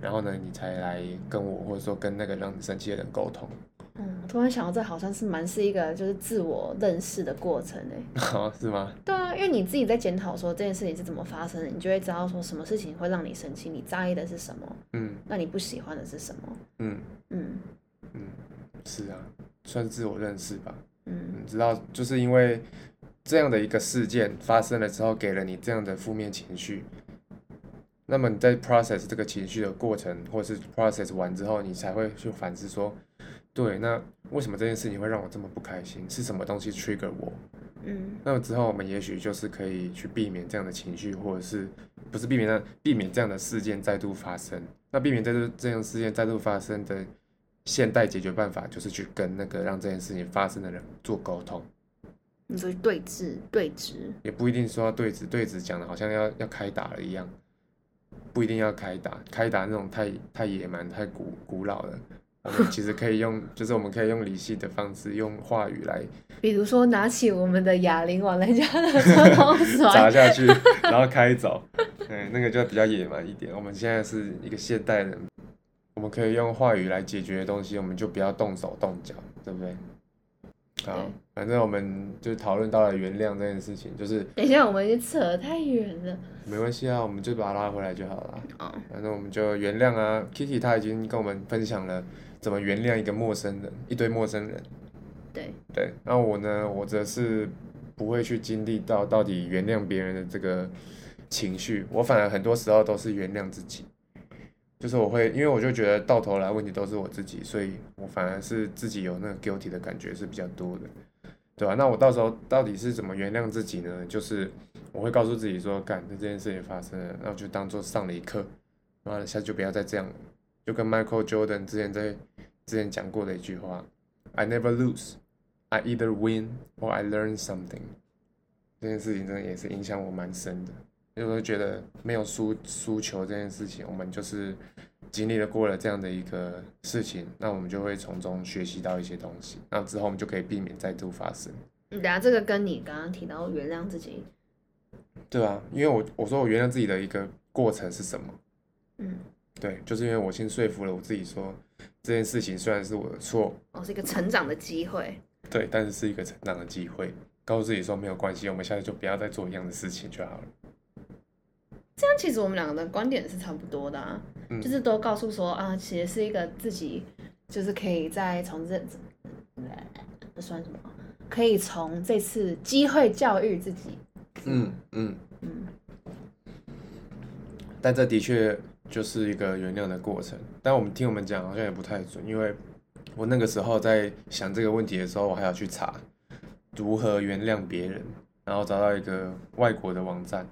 Speaker 1: 然后呢，你才来跟我或者说跟那个让你生气的人沟通。 (laughs)
Speaker 2: 嗯，我突然想到，这好像是蛮是一个就是自我认识的过程诶。
Speaker 1: (laughs) 哦，是吗？
Speaker 2: 对啊，因为你自己在检讨说这件事情是怎么发生的，你就会知道说什么事情会让你生气，你在意的是什么，
Speaker 1: 嗯
Speaker 2: 那你不喜欢的是什么。
Speaker 1: 嗯
Speaker 2: 嗯
Speaker 1: 嗯，是啊，算是自我认识吧。
Speaker 2: 嗯
Speaker 1: 嗯，知道，就是因为这样的一个事件发生了之后，给了你这样的负面情绪，那么你在 process 这个情绪的过程，或是 process 完之后，你才会去反思说，对，那为什么这件事情会让我这么不开心？是什么东西 trigger 我？
Speaker 2: 嗯
Speaker 1: 那么之后，我们也许就是可以去避免这样的情绪，或者是不是避免那避免这样的事件再度发生。那避免这度这样事件再度发生的现代解决办法，就是去跟那个让这件事情发生的人做沟通，
Speaker 2: 你说对峙对峙，
Speaker 1: 也不一定说要对峙，对峙讲的好像要要开打了一样，不一定要开打，开打那种太太野蛮、太古古老了。我们其实可以用，就是我们可以用理性的方式，用话语来
Speaker 2: 比如说拿起我们的哑铃往人家的车头
Speaker 1: 砸
Speaker 2: 甩，
Speaker 1: 下去，然后开走。对，那个就比较野蛮一点。我们现在是一个现代人，我们可以用话语来解决的东西，我们就不要动手动脚，对不对？好
Speaker 2: 对，
Speaker 1: 反正我们就讨论到了原谅这件事情，就是
Speaker 2: (laughs) 等一下我们已经扯得太远了。
Speaker 1: 没关系啊，我们就把它拉回来就好了。
Speaker 2: 哦，
Speaker 1: 反正我们就原谅啊。Kitty 她已经跟我们分享了怎么原谅一个陌生人，一堆陌生人。
Speaker 2: 对，
Speaker 1: 对，那我呢，我则是不会去经历到到底原谅别人的这个情绪，我反而很多时候都是原谅自己，就是我会，因为我就觉得到头来问题都是我自己，所以我反而是自己有那个 guilty 的感觉是比较多的，对吧、那我到时候到底是怎么原谅自己呢？就是我会告诉自己说，干，这件事情发生了，那我就当做上了一课，妈的，下次就不要再这样了，就跟 Michael Jordan 之前在之前讲过的一句话，I never lose。I either win or I learn something。这件事情真的也是影响我蛮深的，因为我就觉得没有输输球这件事情，我们就是经历了过了这样的一个事情，那我们就会从中学习到一些东西，那之后我们就可以避免再度发生，
Speaker 2: 你嗯等一下这个跟你刚刚提到原谅自己，
Speaker 1: 对啊，因为我我说我原谅自己的一个过程是什么？
Speaker 2: 嗯，
Speaker 1: 对，就是因为我先说服了我自己说这件事情虽然是我的错，
Speaker 2: 哦是一个成长的机会。
Speaker 1: 对，但是是一个成长的机会，告诉自己说没有关系，我们下次就不要再做一样的事情就好了。
Speaker 2: 这样其实我们两个的观点是差不多的啊，
Speaker 1: 嗯
Speaker 2: 就是都告诉说啊，其实是一个自己就是可以在从这这算什么？可以从这次机会教育自己。
Speaker 1: 嗯嗯。
Speaker 2: 嗯，
Speaker 1: 但这的确就是一个原谅的过程。但我们听我们讲好像也不太准，因为我那个时候在想这个问题的时候，我还要去查如何原谅别人，然后找到一个外国的网站。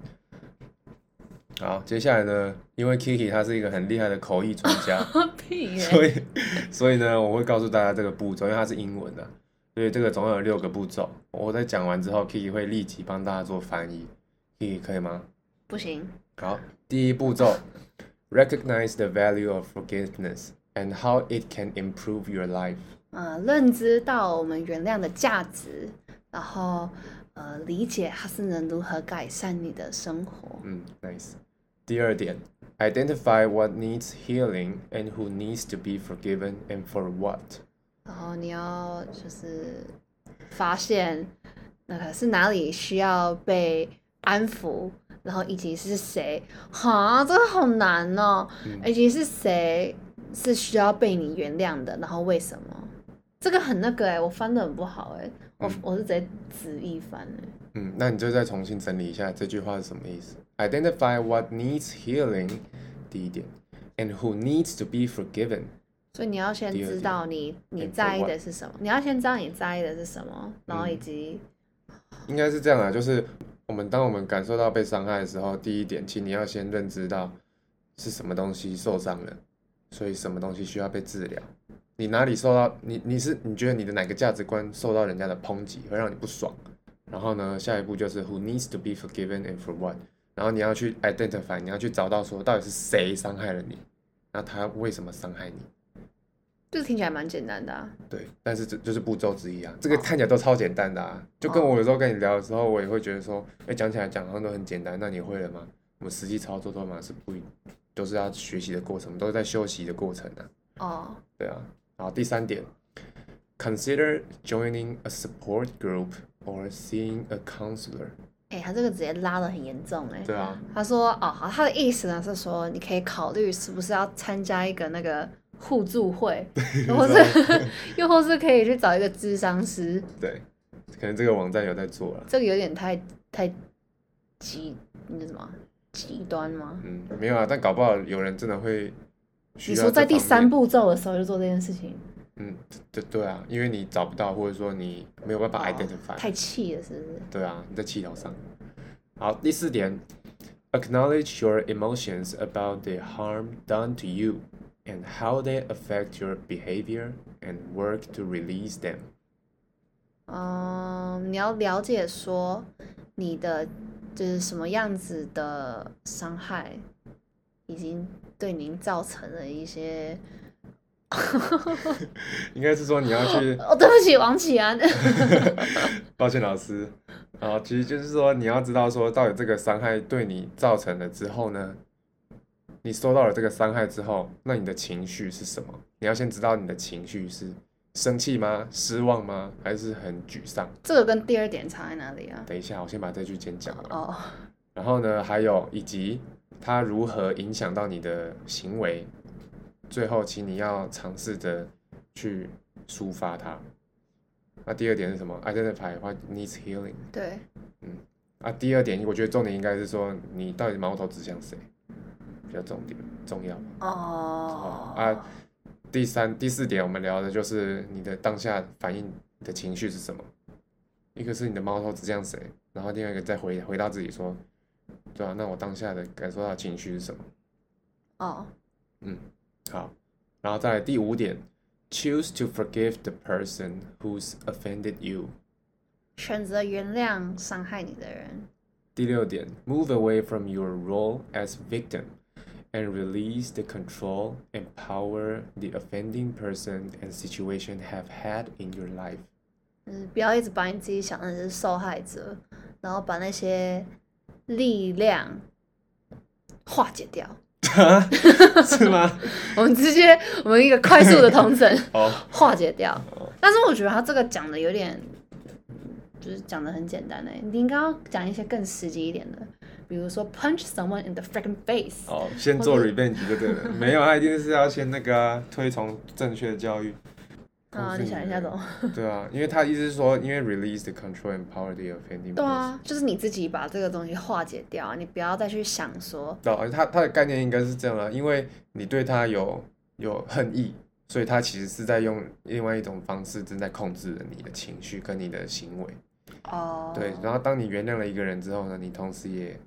Speaker 1: 好，接下来呢，因为 Kiki 他是一个很厉害的口译专家，
Speaker 2: (laughs) 屁耶、
Speaker 1: 所以，所以呢，我会告诉大家这个步骤，因为它是英文的、所以这个总共有六个步骤。我在讲完之后，Kiki 会立即帮大家做翻译，Kiki 可以吗？
Speaker 2: 不行，
Speaker 1: 好，第一步骤，recognize the value of forgiveness and how it can improve your life。
Speaker 2: 呃，认知到我们原谅的价值，然后呃，理解它是能如何改善你的生活。
Speaker 1: 嗯，nice。第二点，identify what needs healing and who needs to be forgiven and for what。
Speaker 2: 然后你要就是发现那个是哪里需要被安抚，然后以及是谁，哈，这个好难哦，
Speaker 1: 嗯
Speaker 2: 以及是谁是需要被你原谅的，然后为什么？这个很那个哎、我翻的很不好哎、我我是直接直译翻哎、
Speaker 1: 嗯，那你就再重新整理一下这句话是什么意思。Identify what needs healing，第一点，and who needs to be forgiven。
Speaker 2: 所以你要先
Speaker 1: 第二
Speaker 2: 知
Speaker 1: 点
Speaker 2: 道你你
Speaker 1: and for
Speaker 2: 在意的
Speaker 1: what
Speaker 2: 是什么，你要先知道你在意的是什么，然
Speaker 1: 嗯
Speaker 2: 后以及
Speaker 1: 应该是这样啊，就是我们当我们感受到被伤害的时候，第一点，请你要先认知到是什么东西受伤了，所以什么东西需要被治疗。你哪里受到你你是你觉得你的哪个价值观受到人家的抨击会让你不爽？然后呢，下一步就是 who needs to be forgiven and for what？然后你要去 identify，你要去找到说到底是谁伤害了你，那他为什么伤害你？
Speaker 2: 这听起来蛮简单的、啊，
Speaker 1: 对，但是这就是步骤之一啊，
Speaker 2: 哦
Speaker 1: 这个看起来都超简单的啊，就跟我有时候跟你聊的时候，我也会觉得说，哎、讲起来讲好像都很简单，那你会了吗？我们实际操作的嘛是不一，都是要学习的过程，我们都是在休息的过程啊，
Speaker 2: 哦，
Speaker 1: 对啊。然后第三点 Consider joining a support group or seeing a counselor。
Speaker 2: 哎、他这个直接拉的很严重哎、
Speaker 1: 对啊，
Speaker 2: 他说哦，好，他的意思呢是说，你可以考虑是不是要参加一个那个互助
Speaker 1: (laughs)
Speaker 2: 会，又或是又或是可以去找一个咨商师，
Speaker 1: 对，可能这个网站有在做了。
Speaker 2: 这个有点太太极那叫什么极端吗？
Speaker 1: 嗯，没有啊，但搞不好有人真的会需
Speaker 2: 你
Speaker 1: 要
Speaker 2: 说在
Speaker 1: 这
Speaker 2: 第
Speaker 1: 方
Speaker 2: 三
Speaker 1: 面，
Speaker 2: 步骤的时候就做这件事情，
Speaker 1: 嗯，对对啊，因为你找不到，或者说你没有办法
Speaker 2: 哦
Speaker 1: identify，、
Speaker 2: 太气了是不是？
Speaker 1: 对啊，你在气头上。好，第四点，acknowledge your emotions about the harm done to you and how they affect your behavior and work to release them。
Speaker 2: 嗯，你要了解说你的就是什么样子的伤害，已经对您造成了一些。，
Speaker 1: 应该是说你要去 (laughs)
Speaker 2: 哦，对不起，王启安。 (laughs)
Speaker 1: 抱歉老师。好，其实就是说你要知道说到底这个伤害对你造成了之后呢，你受到了这个伤害之后，那你的情绪是什么？你要先知道你的情绪是生气吗？失望吗？还是很沮丧？
Speaker 2: 这个跟第二点差在哪里啊？
Speaker 1: 等一下，我先把这句先讲完。
Speaker 2: 哦，
Speaker 1: 然后呢，还有以及它如何影响到你的行为。最后，请你要尝试着去抒发它。那第二点是什么？Identify what needs healing。
Speaker 2: 对，
Speaker 1: 啊，第二点，我觉得重点应该是说你到底矛头指向谁，比较重点重要。
Speaker 2: 哦
Speaker 1: 哦，啊，第三、第四点，我们聊的就是你的当下反应的情绪是什么。一个是你的矛头指向谁，然后另外一个再回回到自己说，对啊，那我当下的感受到的情绪是什么？嗯
Speaker 2: 哦，
Speaker 1: 好，然后再来第五点，choose to forgive the person who's offended you。
Speaker 2: 选择原谅伤害你的人。
Speaker 1: 第六点，move away from your role as victim and release the control and power the offending person and situation have had in your life。
Speaker 2: 嗯，不要一直把你自己想的是受害者，然后把那些力量化解掉。 (laughs)
Speaker 1: (laughs) 是吗？
Speaker 2: 我们直接，我们一个快速的同整
Speaker 1: 哦，
Speaker 2: 化解掉。但是我觉得他这个讲的有点，就是讲的很简单诶、你应该要讲一些更实际一点的，比如说 punch someone in the freaking face。
Speaker 1: 哦，oh, 先做 revenge 就对
Speaker 2: (laughs)
Speaker 1: 了。没有，他一定是要先那个、啊、推崇正确的教育。
Speaker 2: 啊，你想一下怎么？
Speaker 1: 哦对啊，因为他意思是说，因为 release the control and power the offending person。
Speaker 2: (laughs) 对啊，就是你自己把这个东西化解掉，你不要再去想说，
Speaker 1: 对啊，他他的概念应该是这样啊，因为你对他有有恨意，所以他其实是在用另外一种方式正在控制着你的情绪跟你的行为。
Speaker 2: 哦，
Speaker 1: 对，然后当你原谅了一个人之后呢，你同时也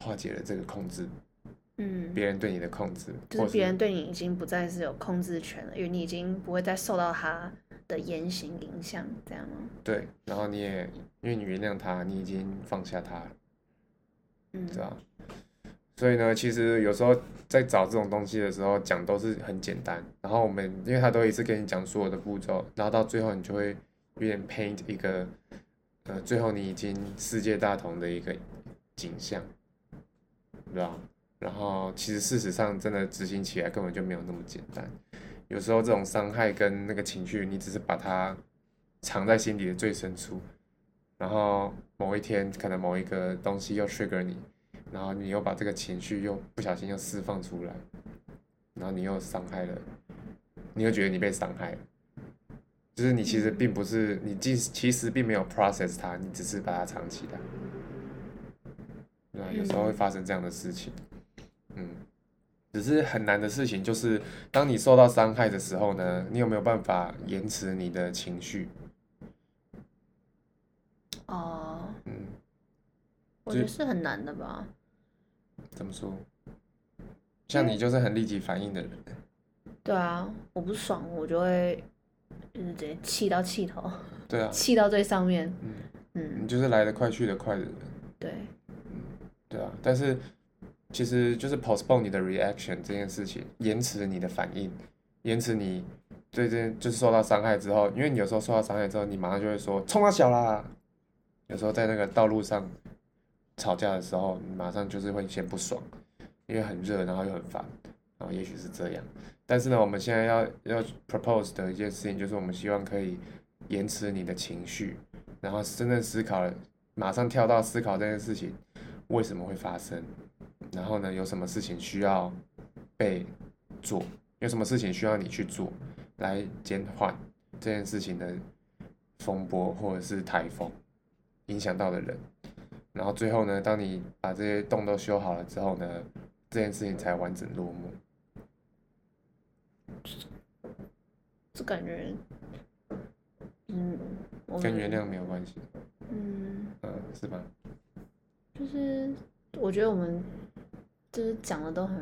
Speaker 1: 化解了这个控制，
Speaker 2: 嗯，
Speaker 1: 别人对你的控制，
Speaker 2: 就
Speaker 1: 或
Speaker 2: 是别人对你已经不再是有控制权了，因为你已经不会再受到他的言行影响，这样吗？
Speaker 1: 对，然后你也因为你原谅他，你已经放下他了，
Speaker 2: 嗯，
Speaker 1: 对吧、啊所以呢，其实有时候在找这种东西的时候，讲都是很简单。然后我们因为他都一次跟你讲所有的步骤，然后到最后你就会有点 paint 一个，呃，最后你已经世界大同的一个景象，对吧、然后其实事实上真的执行起来根本就没有那么简单。有时候这种伤害跟那个情绪，你只是把它藏在心底的最深处，然后某一天可能某一个东西又 trigger 你，然后你又把这个情绪又不小心又释放出来，然后你又伤害了，你又觉得你被伤害了，就是你其实并不是你其实其实并没有 process 它，你只是把它藏起来，对啊吧？有时候会发生这样的事情，嗯，只是很难的事情就是当你受到伤害的时候呢，你有没有办法延迟你的情绪？
Speaker 2: 哦，
Speaker 1: 嗯，
Speaker 2: 我觉得是很难的吧。
Speaker 1: 怎么说？像你就是很立即反应的人，
Speaker 2: 对啊，我不爽，我就会就是直接气到气头，
Speaker 1: 对啊，
Speaker 2: 气到最上面。
Speaker 1: 嗯
Speaker 2: 嗯，
Speaker 1: 你就是来得快去得快的人，
Speaker 2: 对，
Speaker 1: 对啊。但是其实就是 postpone 你的 reaction 这件事情，延迟你的反应，延迟你对这就是受到伤害之后，因为你有时候受到伤害之后，你马上就会说冲他啊小啦。有时候在那个道路上吵架的时候，你马上就是会先不爽，因为很热，然后又很烦，啊、也许是这样。但是呢，我们现在要要 propose 的一件事情就是，我们希望可以延迟你的情绪，然后真正思考了，马上跳到思考这件事情为什么会发生，然后呢，有什么事情需要被做，有什么事情需要你去做，来减缓这件事情的风波或者是台风影响到的人。然后最后呢，当你把这些洞都修好了之后呢，这件事情才完整落幕。
Speaker 2: 就感觉，嗯，我
Speaker 1: 跟
Speaker 2: 们
Speaker 1: 原谅没有关系，
Speaker 2: 嗯，
Speaker 1: 嗯，是吧？
Speaker 2: 就是我觉得我们就是讲的都很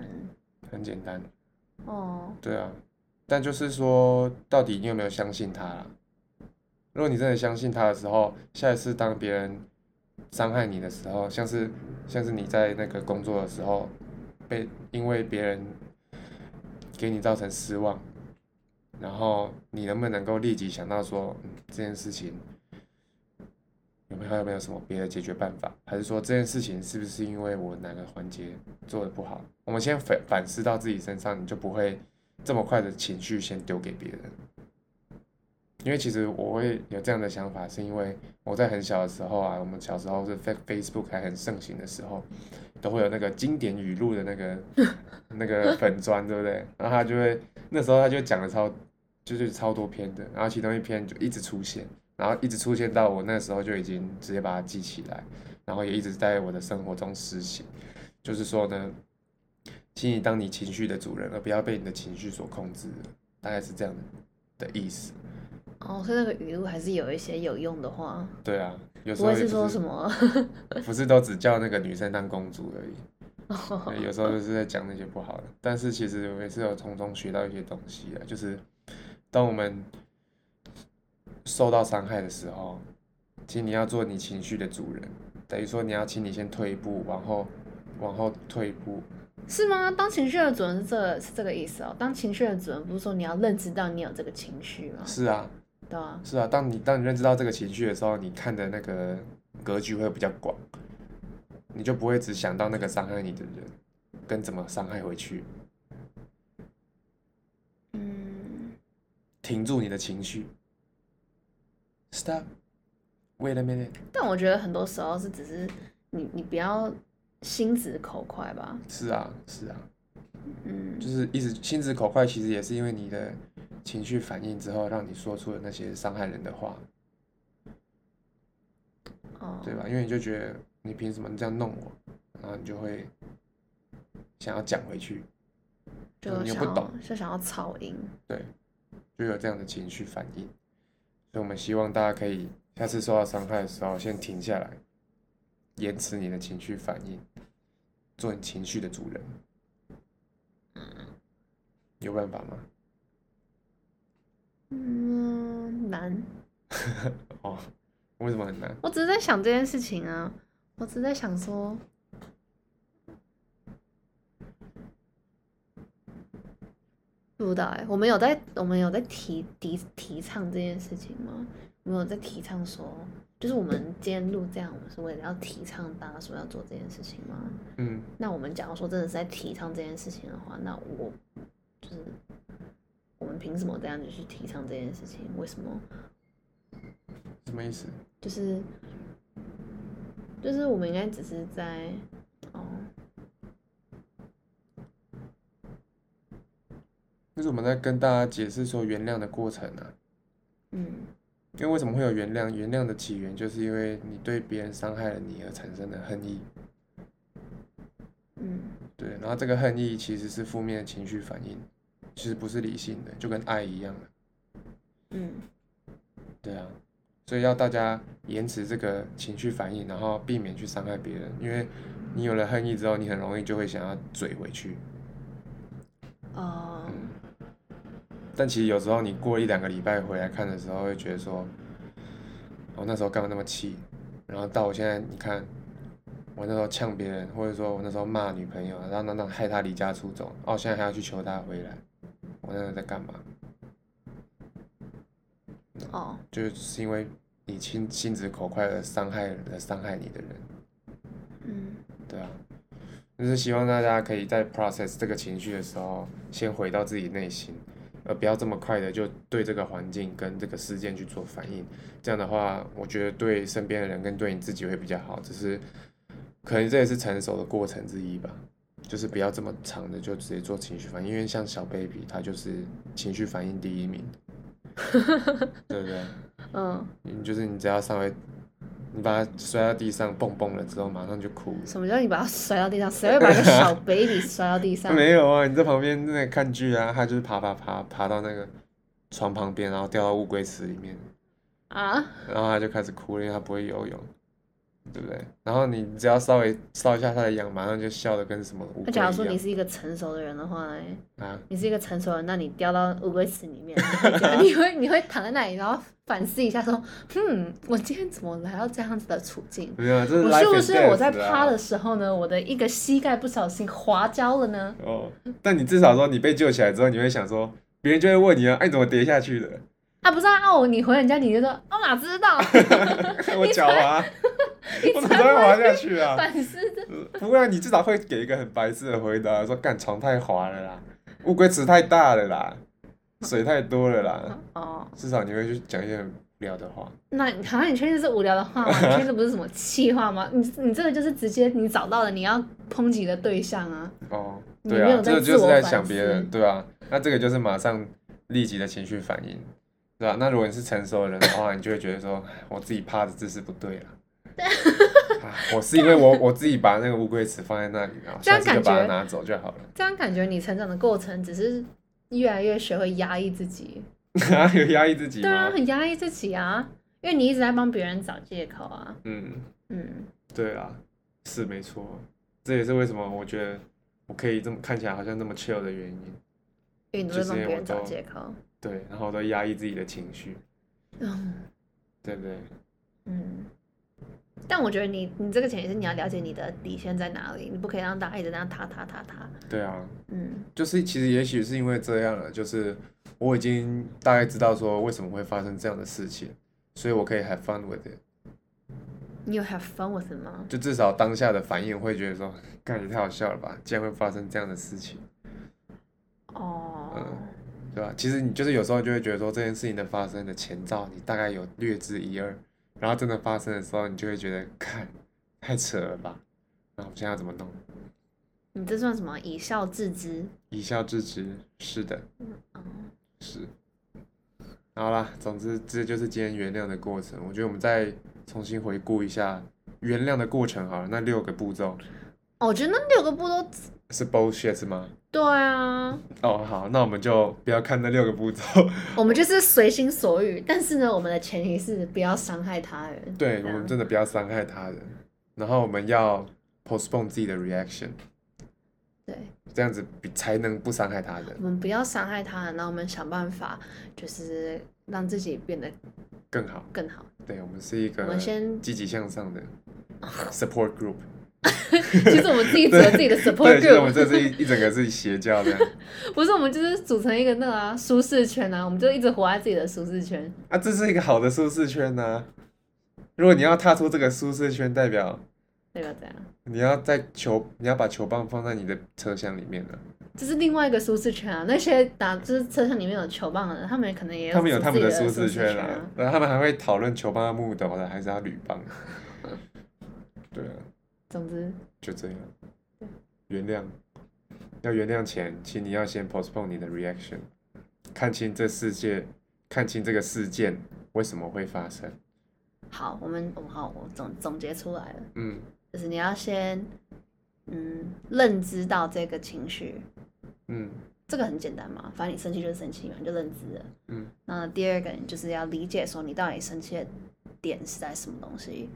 Speaker 1: 很简单，
Speaker 2: 哦，
Speaker 1: 对啊。但就是说，到底你有没有相信他啦？如果你真的相信他的时候，下一次当别人伤害你的时候，像是像是你在那个工作的时候，被因为别人给你造成失望，然后你能不能够立即想到说，嗯，这件事情有没有还有没有什么别的解决办法？还是说这件事情是不是因为我哪个环节做的不好？我们先反反思到自己身上，你就不会这么快的情绪先丢给别人。因为其实我会有这样的想法，是因为我在很小的时候啊，我们小时候是 Face Facebook 还很盛行的时候，都会有那个经典语录的那个 (laughs) 那个粉砖，对不对？然后他就会那时候他就讲了超就是超多篇的，然后其中一篇就一直出现，然后一直出现到我那时候就已经直接把它记起来，然后也一直在我的生活中实行。就是说呢，请你当你情绪的主人，而不要被你的情绪所控制了，大概是这样的意思。
Speaker 2: 哦，所以那个语录还是有一些有用的话，
Speaker 1: 对啊，有时
Speaker 2: 不
Speaker 1: 候
Speaker 2: 会
Speaker 1: 也
Speaker 2: 是说
Speaker 1: 不是
Speaker 2: 什么
Speaker 1: 不是都只叫那个女生当公主而已。
Speaker 2: 哦
Speaker 1: 对有时候就是在讲那些不好的，但是其实我也是有从中学到一些东西啊，就是当我们受到伤害的时候，其实你要做你情绪的主人，等于说你要请你先退一步，往后往后退一步，
Speaker 2: (laughs) 是吗？当情绪的主人是这个是这个意思哦。当情绪的主人不是说你要认知到你有这个情绪吗？
Speaker 1: 是啊，
Speaker 2: 对啊，
Speaker 1: 是啊，当你当你认知到这个情绪的时候，你看的那个格局会比较广，你就不会只想到那个伤害你的人跟怎么伤害回去，
Speaker 2: 嗯，
Speaker 1: 停住你的情绪，stop。Wait a minute，
Speaker 2: 但我觉得很多时候是只是你你不要心直口快吧，
Speaker 1: 是啊，是啊，
Speaker 2: 嗯
Speaker 1: 就是一直心直口快，其实也是因为你的情绪反应之后，让你说出了那些伤害人的话，
Speaker 2: 哦，
Speaker 1: 对吧？因为你就觉得你凭什么这样弄我，然后你就会想要讲回去，
Speaker 2: 就
Speaker 1: 你又不
Speaker 2: 想要
Speaker 1: 懂
Speaker 2: 就想要吵赢，
Speaker 1: 对，就有这样的情绪反应。所以我们希望大家可以下次受到伤害的时候，先停下来，延迟你的情绪反应，做你情绪的主人。有办法吗？
Speaker 2: 嗯，难。
Speaker 1: 哦，为什么很难？
Speaker 2: 我只是在想这件事情啊，我只是在想说，不知道哎、我们有在我们有在提提提倡这件事情吗？我们有在提倡说，就是我们今天录这样，我们是为了要提倡大家说要做这件事情吗？
Speaker 1: 嗯，
Speaker 2: 那我们假如说真的是在提倡这件事情的话，那我就是我们凭什么这样子去提倡这件事情？为什么？
Speaker 1: 什么意思？
Speaker 2: 就是就是我们应该只是在哦，
Speaker 1: 就是我们在跟大家解释说原谅的过程啊，
Speaker 2: 嗯
Speaker 1: 因为为什么会有原谅？原谅的起源就是因为你对别人伤害了你而产生的恨意，
Speaker 2: 嗯
Speaker 1: 对，然后这个恨意其实是负面的情绪反应，其实不是理性的，就跟爱一样的，
Speaker 2: 嗯，
Speaker 1: 对啊，所以要大家延迟这个情绪反应，然后避免去伤害别人，因为你有了恨意之后，你很容易就会想要嘴回去，
Speaker 2: 哦，
Speaker 1: 但其实有时候你过一两个礼拜回来看的时候，会觉得说，我、那时候干嘛那么气？然后到我现在，你看，我那时候呛别人，或者说我那时候骂女朋友，然后让让害她离家出走，哦，我现在还要去求她回来，我那时候在干嘛？
Speaker 2: 哦，
Speaker 1: 就是因为你心心直口快的伤害了伤害你的人，
Speaker 2: 嗯，
Speaker 1: 对啊，就是希望大家可以在 process 这个情绪的时候，先回到自己内心，呃，不要这么快的就对这个环境跟这个事件去做反应。这样的话，我觉得对身边的人跟对你自己会比较好。只是，可能这也是成熟的过程之一吧，就是不要这么长的就直接做情绪反应，因为像小 baby 他就是情绪反应第一名，对不对？
Speaker 2: 嗯，
Speaker 1: 你就是你只要稍微，你把它摔到地上蹦蹦了之后，马上就哭了。
Speaker 2: 什么叫你把它摔到地上？谁会把一个小 baby 摔到地
Speaker 1: (laughs)
Speaker 2: 上？
Speaker 1: 没有啊，你在旁边那看剧啊，他就是爬爬爬爬到那个床旁边，然后掉到乌龟池里面，
Speaker 2: 啊，
Speaker 1: 然后他就开始哭了，因为他不会游泳，对不对？然后你只要稍微搔一下他的痒，马上就笑得跟什么乌
Speaker 2: 那
Speaker 1: 龟一
Speaker 2: 假如说你
Speaker 1: 样
Speaker 2: 是一个成熟的人的话呢？
Speaker 1: 啊。
Speaker 2: 你是一个成熟人，那你掉到乌龟池里面， (laughs) 你会你会躺在那里，然后反思一下说，嗯，我今天怎么来到这样子的处境？
Speaker 1: 没有啊，这是
Speaker 2: 我
Speaker 1: life
Speaker 2: 是不
Speaker 1: and
Speaker 2: 是
Speaker 1: death
Speaker 2: 我在
Speaker 1: 啊
Speaker 2: 趴的时候呢，我的一个膝盖不小心滑跤了呢？
Speaker 1: 哦，但你至少说你被救起来之后，你会想说，别人就会问你啊，哎、你怎么跌下去的？ (laughs)
Speaker 2: 啊，不是啊，哦，你回人家你就说， (laughs) 哦，哪知道？
Speaker 1: 我脚滑，
Speaker 2: 你
Speaker 1: 我怎么会
Speaker 2: 才会
Speaker 1: 滑下去啊？
Speaker 2: 反思
Speaker 1: (laughs)
Speaker 2: 这
Speaker 1: 不会啊，你至少会给一个很白痴的回答，说干床太滑了啦，乌龟池太大了啦，水太多了啦，
Speaker 2: (laughs) 哦，
Speaker 1: 至少你会去讲一些很无聊的话。
Speaker 2: 那你好像你确定是无聊的话吗？你确定这不是什么气话吗？你你这个就是直接你找到了你要抨击的对象啊，
Speaker 1: 哦，
Speaker 2: 你
Speaker 1: 对
Speaker 2: 没
Speaker 1: 啊，
Speaker 2: 有
Speaker 1: 这
Speaker 2: 在
Speaker 1: 个
Speaker 2: 自
Speaker 1: 就是
Speaker 2: 我
Speaker 1: 在
Speaker 2: 反
Speaker 1: 想别人，
Speaker 2: 思
Speaker 1: 对啊，那这个就是马上立即的情绪反应，对吧、啊那如果你是成熟的人的话，你就会觉得说，哎我自己趴的姿势不对啦。
Speaker 2: (laughs)
Speaker 1: 啊我是因为我我自己把那个乌龟池放在那里，然后
Speaker 2: 这
Speaker 1: 下
Speaker 2: 样
Speaker 1: 次就
Speaker 2: 感
Speaker 1: 把它
Speaker 2: 觉
Speaker 1: 拿走就好了。
Speaker 2: 这样感觉你成长的过程只是越来越学会压抑自己。
Speaker 1: (laughs) 有压抑自己
Speaker 2: 对啊，
Speaker 1: 吗？
Speaker 2: 很压抑自己啊，因为你一直在帮别人找借口啊。
Speaker 1: 嗯。
Speaker 2: 嗯，
Speaker 1: 对啊，是没错，这也是为什么我觉得我可以这么看起来好像这么 chill 的原因。
Speaker 2: 因为你都
Speaker 1: 就
Speaker 2: 在
Speaker 1: 是
Speaker 2: 帮别
Speaker 1: 我
Speaker 2: 人找
Speaker 1: 都
Speaker 2: 借口。
Speaker 1: 对，然后我都压抑自己的情绪，
Speaker 2: 嗯
Speaker 1: 对不对？
Speaker 2: 嗯，但我觉得你你这个前提是你要了解你的底线在哪里，你不可以让大家一直那样踏踏踏踏。
Speaker 1: 对啊，
Speaker 2: 嗯
Speaker 1: 就是其实也许是因为这样了，就是我已经大概知道说为什么会发生这样的事情，所以我可以 have fun with it。
Speaker 2: ，You have fun with it 吗？
Speaker 1: 就至少当下的反应会觉得说，干也太好笑了吧，竟然会发生这样的事情，
Speaker 2: 哦、
Speaker 1: 嗯对吧？其实你就是有时候就会觉得说这件事情的发生的前兆，你大概有略知一二，然后真的发生的时候，你就会觉得，看，太扯了吧，那我们现在要怎么弄？
Speaker 2: 你这算什么？以笑置之。
Speaker 1: 一笑置之，是的，
Speaker 2: 哦，
Speaker 1: 是。好啦，总之这就是今天原谅的过程。我觉得我们再重新回顾一下原谅的过程好了，那六个步骤
Speaker 2: 哦我觉得那六个步都
Speaker 1: 是 bullshit 是吗？
Speaker 2: 对啊，
Speaker 1: 哦，好，那我们就不要看那六个步骤。
Speaker 2: 我们就是随心所欲，但是呢，我们的前提是不要伤害他人。
Speaker 1: 对，
Speaker 2: 这
Speaker 1: 我们
Speaker 2: 样
Speaker 1: 真的不要伤害他人，然后我们要 postpone 自己的 reaction，
Speaker 2: 对。
Speaker 1: 这样子比才能不伤害他人
Speaker 2: 我们不要伤害他，然后我们想办法，就是让自己变得
Speaker 1: 更好。
Speaker 2: 更
Speaker 1: (laughs)
Speaker 2: 好。
Speaker 1: 对，我们是一
Speaker 2: 我
Speaker 1: 个
Speaker 2: 们先
Speaker 1: 积极向
Speaker 2: (laughs)
Speaker 1: 上的 support group。
Speaker 2: 其实我们自己组了自己的 support
Speaker 1: 对，其实我们
Speaker 2: group，
Speaker 1: 这是一一整个是邪教这样。
Speaker 2: (laughs) 不是我们就是组成一个那个啊舒适圈啊，我们就一直活在自己的舒适圈。
Speaker 1: 啊，这是一个好的舒适圈呐、啊如果你要踏出这个舒适圈，代表
Speaker 2: 对吧？这样，
Speaker 1: 你要在球，你要把球棒放在你的车厢里面了、
Speaker 2: 这是另外一个舒适圈啊。那些打就是车厢里面有球棒的人，他们可能也有
Speaker 1: 他们有他们
Speaker 2: 自己
Speaker 1: 舒
Speaker 2: 的
Speaker 1: 适
Speaker 2: 圈
Speaker 1: 圈啊，。然后他们还会讨论球棒要木头的还是要铝
Speaker 2: (laughs)
Speaker 1: 棒的。对啊，
Speaker 2: 总之，
Speaker 1: 就这样。原谅，要原谅前，请你要先 postpone 你的 reaction，看清这世界，看清这个事件为什么会发生。
Speaker 2: 好，我们我们好，我总总结出来了，
Speaker 1: 嗯，
Speaker 2: 就是你要先嗯认知到这个情绪，
Speaker 1: 嗯
Speaker 2: 这个很简单嘛，反正你生气就是生气嘛，你就认知了。
Speaker 1: 嗯
Speaker 2: 那第二个，你就是要理解说你到底生气的点是在什么东西。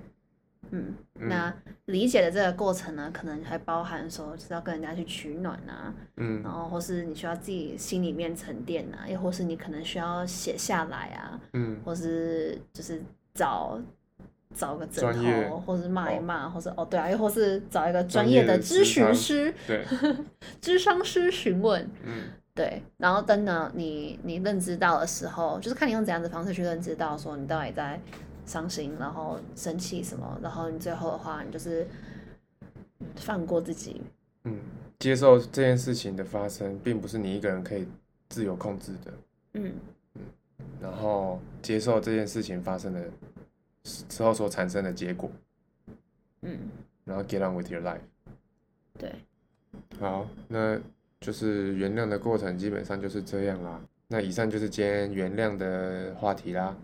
Speaker 2: 嗯，
Speaker 1: 嗯
Speaker 2: 那理解的这个过程呢，可能还包含说就是要跟人家去取暖啊，
Speaker 1: 嗯
Speaker 2: 然后或是你需要自己心里面沉淀啊，又或是你可能需要写下来啊，
Speaker 1: 嗯，
Speaker 2: 或是就是找找个枕
Speaker 1: 专业
Speaker 2: 头，或是骂一
Speaker 1: 哦
Speaker 2: 骂，或是哦对啊，又或是找一个
Speaker 1: 专
Speaker 2: 专
Speaker 1: 业
Speaker 2: 业的
Speaker 1: 的
Speaker 2: 咨
Speaker 1: 咨
Speaker 2: 询
Speaker 1: 商
Speaker 2: 师、
Speaker 1: 对，
Speaker 2: 咨商师询问。
Speaker 1: 嗯
Speaker 2: 对，然后等等你你认知到的时候，就是看你用怎样的方式去认知到，说你到底在伤心，然后生气什么，然后你最后的话，你就是放过自己，
Speaker 1: 嗯，接受这件事情的发生，并不是你一个人可以自由控制的。
Speaker 2: 嗯
Speaker 1: 然后接受这件事情发生的之后所产生的结果，
Speaker 2: 嗯，
Speaker 1: 然后 get on with your life。
Speaker 2: 对，
Speaker 1: 好，那就是原谅的过程基本上就是这样啦。那以上就是今天原谅的话题啦。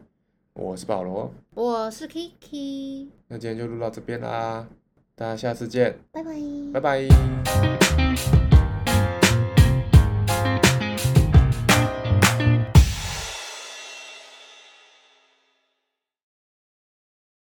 Speaker 1: 我是保罗，
Speaker 2: 我是 Kiki，
Speaker 1: 那今天就录到这边啦，大家下次见，
Speaker 2: 拜拜。
Speaker 1: 拜拜。